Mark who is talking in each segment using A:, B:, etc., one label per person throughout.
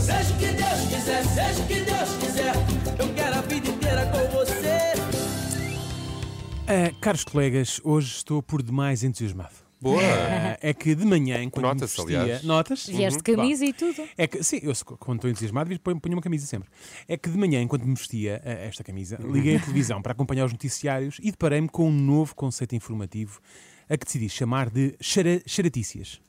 A: Seja o que Deus quiser, seja o que Deus quiser, eu quero a vida inteira com você.
B: Ah, caros colegas, hoje estou por demais entusiasmado.
C: Boa!
B: Ah, É que de manhã, enquanto me
C: Nota-se,
B: vestia-
C: aliás.
B: Notas?
D: Vieste de
B: Uhum.
D: camisa e tudo.
B: É que, sim, eu se- quando estou entusiasmado, vi- ponho, ponho uma camisa sempre. É que de manhã, enquanto me vestia eh, esta camisa, liguei a televisão para acompanhar os noticiários e deparei-me com um novo conceito informativo a que decidi chamar de chara- charatícias.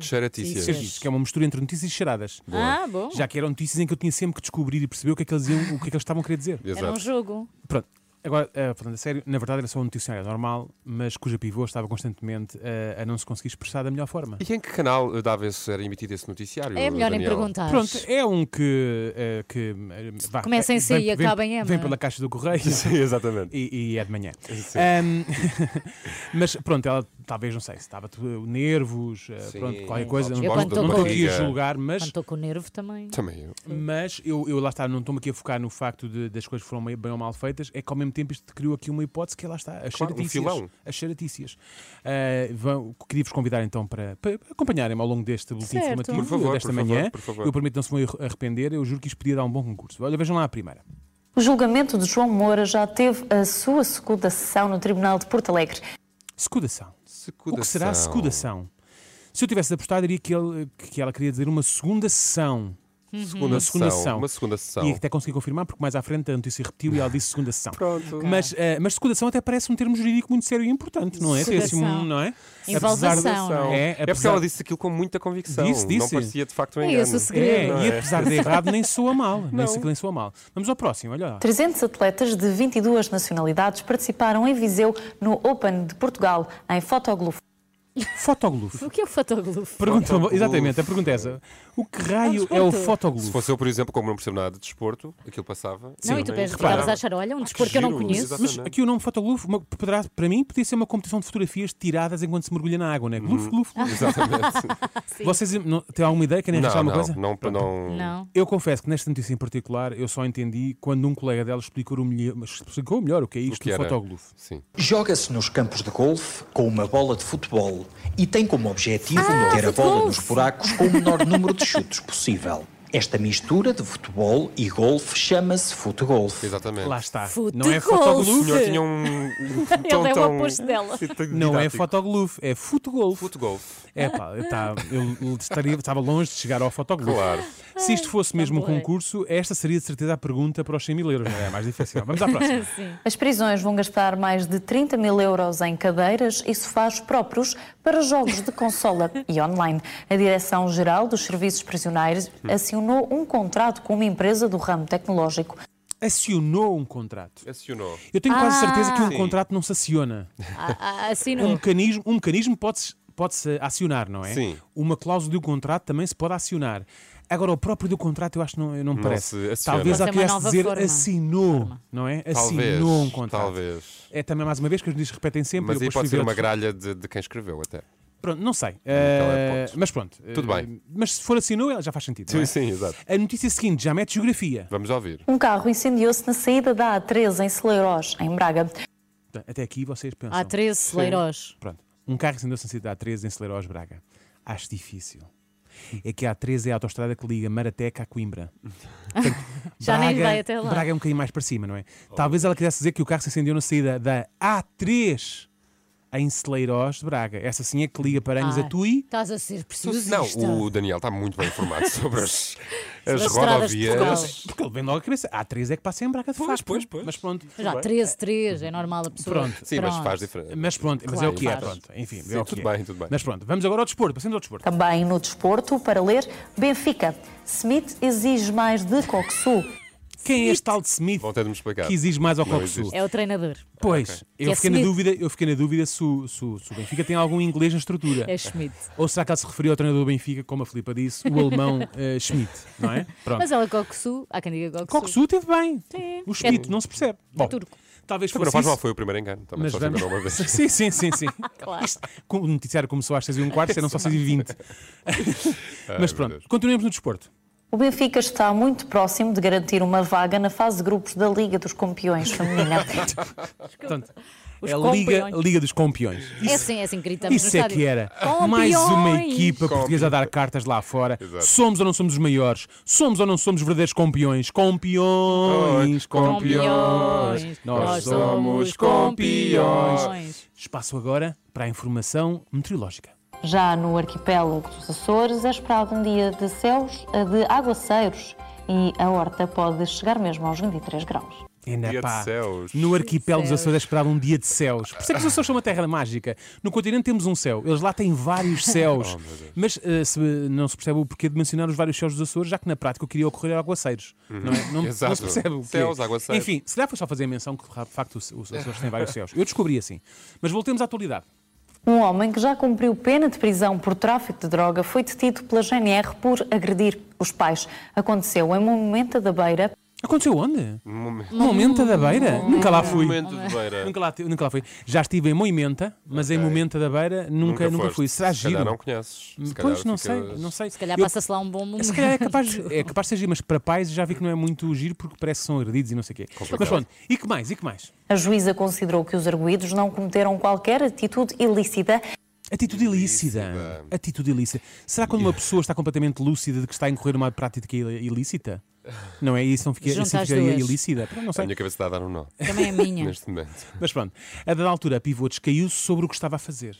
C: Charatícias.
B: Charatícias, que é uma mistura entre notícias e charadas.
D: Ah, bom.
B: Já que eram notícias em que eu tinha sempre que descobrir e perceber o que é que eles, iam, o que é que eles estavam a querer dizer.
D: Era um
C: Exato.
D: jogo.
B: Pronto. Agora, eh, falando a sério, na verdade era só um noticiário normal, mas cuja pivô estava constantemente eh, a não se conseguir expressar da melhor forma.
C: E em que canal eh, dava esse, era emitido esse noticiário?
D: É melhor nem
C: Daniel?
D: perguntar.
B: Pronto, é um que. eh, que eh, vá,
D: Começa em
B: eh,
D: C
B: vem-
D: e acaba em
B: vem,
D: M. é?
B: Vem pela caixa do correio.
C: Sim, exatamente.
B: E, e é de manhã.
C: Sim.
B: Ahm, mas pronto, ela talvez, não sei, se estava tudo- nervos, eh,
C: Sim.
B: pronto, qualquer coisa.
C: Eu
B: Não,
D: quando
B: não,
D: estou
B: estou
D: com-
B: aqui a julgar, mas,
D: Quando estou com o nervo também.
C: Também eu.
B: mas eu, eu lá está, não estou-me aqui a focar no facto de, das coisas que foram meio- bem ou mal feitas, é que ao mesmo tempo isto criou aqui uma hipótese que é lá está, as
C: Claro, um
B: charatícias.
C: filão.
B: as charatícias. Ah, vão- Queria-vos convidar então para, para acompanharem-me ao longo deste boletim
D: Certo.
B: informativo
C: Por favor,
B: desta
C: por favor,
B: manhã.
C: por favor.
B: Eu prometo não se vão arre- arrepender, eu juro que isto podia dar um bom concurso. Olha, vejam lá a primeira.
E: O julgamento de João Moura já teve a sua segunda sessão no Tribunal de Porto Alegre.
B: Secudação. O
C: Secudação.
B: que será secudação? Se eu tivesse apostado, diria que, ele- que ela queria dizer uma segunda sessão.
D: Uhum.
C: Segunda
B: Uma segunda sessão.
C: sessão. Uma segunda sessão.
B: E até consegui confirmar, porque mais à frente a notícia repetiu e ela disse segunda sessão.
C: Pronto.
B: Mas, eh, mas secudação até parece um termo jurídico muito sério e importante, não é? Tem assim um,
D: Secudação.
B: não é?
D: Involvação, não
B: É,
C: É, porque
B: apesar-
C: ela disse aquilo com muita convicção.
B: Disse,
C: Não
B: disse.
C: parecia de facto um
D: É
C: engano.
D: esse o
B: É,
D: segredo.
B: e apesar de errado, nem soa mal. Nem sei que nem soa mal. Vamos ao próximo, olha lá.
E: 300 atletas de 22 nacionalidades participaram em Viseu no Open de Portugal, em fotoglufo.
B: Fotoglufo.
D: O que é o fotoglufo?
B: Pergunta,
C: Fotoglufo.
B: exatamente, a pergunta é essa. O que
D: Ah,
B: raio é o
D: desporto.
C: Se
B: fotoglufo?
C: fosse eu, por exemplo, como não percebo nada de desporto, aquilo passava.
D: Não,
C: eu
D: e tu
C: nem
D: pensas,
C: reparava.
D: ficavas a achar, olha, um desporto que eu não
C: Ah, giro,
D: conheço.
C: exatamente.
B: Mas aqui o nome fotoglufo uma- poderá, para mim, podia ser uma competição de fotografias tiradas enquanto se mergulha na água, não é?
C: Uhum.
B: Glufo, glufo, glufo.
D: Ah,
C: Exatamente.
B: Vocês não, têm alguma ideia? Querem
C: não,
B: arriscar alguma coisa?
C: não, não, não,
D: Não.
B: Eu confesso que nesta notícia em particular eu só entendi quando um colega dela explicou, o melhor, explicou melhor o que é isto
C: que
B: do
C: era?
B: fotoglufo.
C: Sim.
F: Joga-se nos campos de golfe com uma bola de futebol e tem como objetivo
D: Ah,
F: meter a
D: futebol.
F: bola nos buracos com o menor número de chutes possível. Esta mistura de futebol e golfe chama-se futegolfe.
C: Exatamente.
B: Lá está.
D: Futebol.
B: Não é
C: O
B: fotoglufo.
C: senhor tinha um. um tom
D: Ele é o
C: tão-
D: oposto dela.
B: Não é
C: didático.
B: fotoglufo, é futogolfo.
C: Futgolf.
B: É pá, eu, tá- eu estaria, estava longe de chegar ao fotógrafo.
C: Claro.
B: Se isto fosse mesmo um
D: adorei.
B: concurso, esta seria de certeza a pergunta para os 100 mil euros, não é? É mais difícil. Vamos à próxima.
E: As prisões vão gastar mais de 30 mil euros em cadeiras e sofás próprios para jogos de consola e online. A Direção-Geral dos Serviços Prisionais acionou um contrato com uma empresa do ramo tecnológico.
B: Acionou um contrato.
C: Acionou.
B: Eu tenho quase certeza que um
C: Sim.
B: contrato não se aciona.
D: Ah, ah, Assim
B: Um
D: não.
B: mecanismo, um mecanismo pode-se pode-se acionar, não é?
C: Sim.
B: Uma cláusula do contrato também se pode acionar. Agora, o próprio do contrato eu acho que não, não me parece.
C: se aciona.
B: Talvez ela
D: Mas é uma
B: quisesse
D: nova
B: dizer
D: forma.
B: assinou, não é?
C: Talvez.
B: Assinou um contrato.
C: Talvez.
B: É também mais uma vez que os dias repetem sempre.
C: Mas
B: eu
C: aí
B: depois
C: pode
B: fui ver
C: ser uma
B: outro-
C: gralha de, de quem escreveu até.
B: Pronto, não sei. Eh,
C: é ponto.
B: mas pronto.
C: Tudo
B: Eh,
C: bem.
B: Mas se for assinou, ela já faz sentido. não é?
C: Sim, sim, exato.
B: A notícia seguinte já mete geografia.
C: Vamos ouvir.
E: Um carro incendiou-se na saída da A3 em Celeiros, em Braga.
B: Portanto, Até aqui vocês pensam.
D: Há 13 celeiros.
B: Pronto. Um carro acendeu-se na cidade A3 em Celeiros, Braga. Acho difícil. É que a A3 é a autostrada que liga Marateca a Coimbra. Portanto,
D: Já nem vai até lá.
B: Braga é um bocadinho mais para cima, não é? Talvez ela quisesse dizer que o carro se acendeu na saída da A3 em Celeiros, Braga. Essa sim é que liga Paranhos a Tui.
D: Ah, Estás a ser preciso.
C: Não, o Daniel está muito bem informado sobre as, as
D: Sobre as estradas de Portugal.
C: rodovias.
B: Porque ele vem logo à cabeça. A A3 é que passa em Braga de
C: Pois,
B: facto.
C: pois, pois.
B: Mas pronto.
D: Já 13, 3, é normal a pessoa.
B: Pronto.
C: Sim, mas faz
D: Pronto.
C: diferença.
B: Mas pronto, mas é
D: Claro,
B: o que é,
D: faz.
B: pronto. Enfim,
C: Sim,
B: é o que
C: tudo
B: é.
C: bem, tudo bem.
B: Mas pronto, vamos agora ao desporto, passando ao desporto.
E: Também no desporto, para ler, Benfica. Smith exige mais de Coxu.
B: Quem é este tal de Smith
C: Vão ter de me explicar.
B: que exige mais ao
C: Não
B: Coque
C: existe.
B: Sul?
D: É o treinador.
C: Ah,
B: Pois, eu,
D: Que é
B: fiquei na
D: Smith.
B: dúvida, eu fiquei na dúvida se o, se o- se o Benfica tem algum inglês na estrutura.
D: É Schmidt.
B: Ou será que ela se referiu ao treinador do Benfica, como a Filipa disse, o alemão eh, Schmidt, não é? Pronto.
D: Mas ela Coxu, há quem diga Coxu.
B: Coxu teve bem.
D: Sim. É
B: O Schmidt não se percebe. Bom,
D: turco.
B: talvez fosse
C: Também não faz
B: isso.
C: mal, foi o primeiro engano. Também
B: Mas
C: só
B: vamos...
C: se enganou uma vez.
B: Sim, sim, sim, sim.
D: Claro.
B: Isto, como é o noticiário começou às 6 e um quarto, eram só 6 e 20.
C: Ai,
B: Mas
C: Ah, meu
B: pronto,
C: Deus.
B: continuemos no desporto.
E: O Benfica está muito próximo de garantir uma vaga na fase de grupos da Liga dos Campeões Feminina.
B: Portanto,
D: Os
B: é a Liga,
D: campeões.
B: Liga dos Campeões.
D: É assim, é assim que gritamos no
B: Isso é
D: estádio.
B: que era.
D: Campeões!
B: Mais uma equipa portuguesa a dar cartas lá fora. Somos ou não somos os maiores? Somos ou não somos verdadeiros campeões? Campeões!
D: Campeões!
B: Nós somos campeões! Espaço agora para a informação meteorológica.
E: Já no arquipélago dos Açores é esperado um dia de céus eh, de aguaceiros e a horta pode chegar mesmo aos 23 graus.
B: Ainda
C: Dia de
B: pá,
C: céus.
B: No arquipélago dos
D: Céus.
B: Açores é esperado um dia de céus. Por isso é que os Açores são uma terra mágica. No continente temos um céu. Eles lá têm vários céus.
C: Oh,
B: Mas eh, se- não se percebe o porquê de mencionar os vários céus dos Açores, já que na prática eu queria ocorrer aguaceiros. Não, é? não, não
C: Uhum. Exato.
B: se percebe o quê.
C: Céus, aguaceiros.
B: Enfim, se calhar foi só fazer a menção que de facto os os Açores têm vários céus. Eu descobri assim. Mas voltemos à atualidade.
E: Um homem que já cumpriu pena de prisão por tráfico de droga foi detido pela GNR por agredir os pais. Aconteceu em Momenta da Beira.
B: Aconteceu onde? Momenta da Beira? Nunca lá fui.
C: Um Momento de beira.
B: Nunca lá, nunca lá fui. Já estive em Moimenta, mas em Momenta da Beira nunca, nunca,
C: foste.
B: fui. Será
C: Se calhar
B: giro?
C: não conheces. Se
B: Pois,
C: calhar
B: não sei,
C: ficas-
B: não sei.
D: Se calhar
B: Eu-
D: passa-se lá um bom momento.
B: Se calhar é capaz, é capaz de ser giro, mas para pais já vi que não é muito giro porque parece que são agredidos e não sei o quê. Mas pronto, e que mais? E que mais?
E: A juíza considerou que os arguídos não cometeram qualquer atitude ilícita
B: Atitude ilícita. Atitude ilícita. Será quando uma pessoa está completamente lúcida de que está a incorrer uma prática il- ilícita? Não é isso? Não fica,
D: Junta
B: assim
D: as
B: ficaria
D: duas.
B: ilícita? Pronto, Não
C: A
B: sei.
C: minha cabeça está a dar um nó
D: Também é minha.
C: neste momento.
B: Mas pronto, a dada altura a pivô descaiu sobre o que estava a fazer.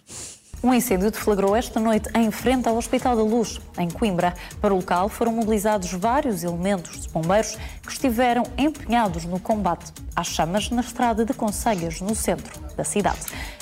E: Um incêndio deflagrou esta noite em frente ao Hospital da Luz, em Coimbra. Para o local foram mobilizados vários elementos de bombeiros que estiveram empenhados no combate às chamas na estrada de Conselhas, no centro da cidade.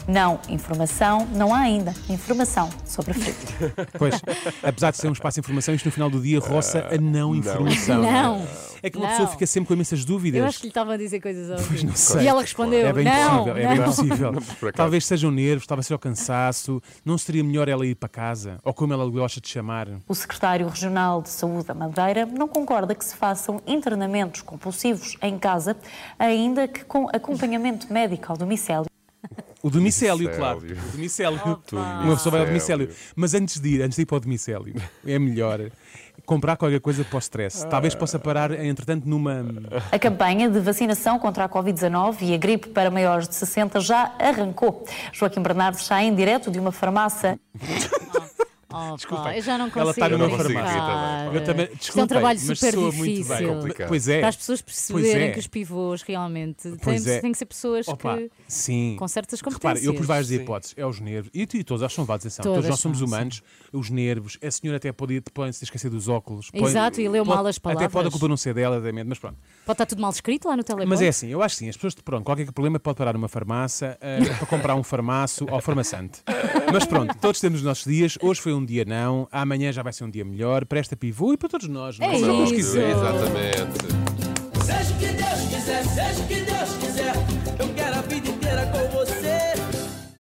E: Não informação, não há ainda informação sobre feridos.
B: Pois, apesar de ser um espaço de informação, isto no final do dia roça a não informação.
D: Não.
B: É que uma
D: Não.
B: pessoa fica sempre com imensas dúvidas.
D: Eu acho que lhe estavam a dizer coisas ao ouvido.
B: Não sei.
D: E ela respondeu:
B: É bem
D: Não,
B: possível, é bem
D: não."
B: possível.
C: por acaso.
B: talvez sejam nervos, talvez seja o cansaço. Não seria melhor ela ir para casa? Ou como ela gosta de chamar?
E: O secretário regional de Saúde da Madeira não concorda que se façam internamentos compulsivos em casa, ainda que com acompanhamento médico ao domicílio.
B: O domicélio, claro.
C: Domicélio.
B: O domicélio. Uma pessoa vai ao domicélio. Mas antes de ir, antes de ir para o domicélio, é melhor comprar qualquer coisa para o stress. Talvez possa parar, entretanto, numa.
D: Ah.
E: A campanha de vacinação contra a Covid-19 e a gripe para maiores de 60 já arrancou. Joaquim Bernardo está em direto de uma farmácia.
D: Oh, pá, eu já não consigo.
B: Ela está numa
D: brincar.
B: farmácia.
C: Eu
B: Eu também.
D: Isto é um
B: desculpem,
D: trabalho
B: mas
D: super
B: soa muito bem.
D: difícil.
C: Complicado.
B: Pois é.
D: Para as pessoas perceberem
B: é.
D: que os pivôs realmente têm,
B: Pois é.
D: têm que ser pessoas
B: Opa,
D: que.
B: sim.
D: com certas
B: Repara, eu pus
D: competências.
B: várias hipóteses. É os nervos. E, tu- e todos, elas são várias. atenção.
D: Todas
B: todos nós somos
D: são,
B: humanos. Os nervos. A senhora até pode, pode se esquecer dos óculos. pode-
D: Exato, e leu
B: pode-
D: mal as
B: Até pode a
D: palavras.
B: culpa não ser dela, da mente, mas pronto.
D: Pode estar tudo mal escrito lá no telefone.
B: Mas é assim, eu acho que sim. As pessoas, pronto, qualquer problema pode parar numa farmácia eh, para comprar um farmácio ou farmacante. Mas pronto, todos temos os nossos dias. Hoje foi um dia não. Amanhã já vai ser um dia melhor. Para esta pivô e para todos nós. não
D: É
B: Se Deus
D: isso.
B: quiser.
C: Exatamente.
A: Seja o que Deus quiser, seja o que Deus quiser.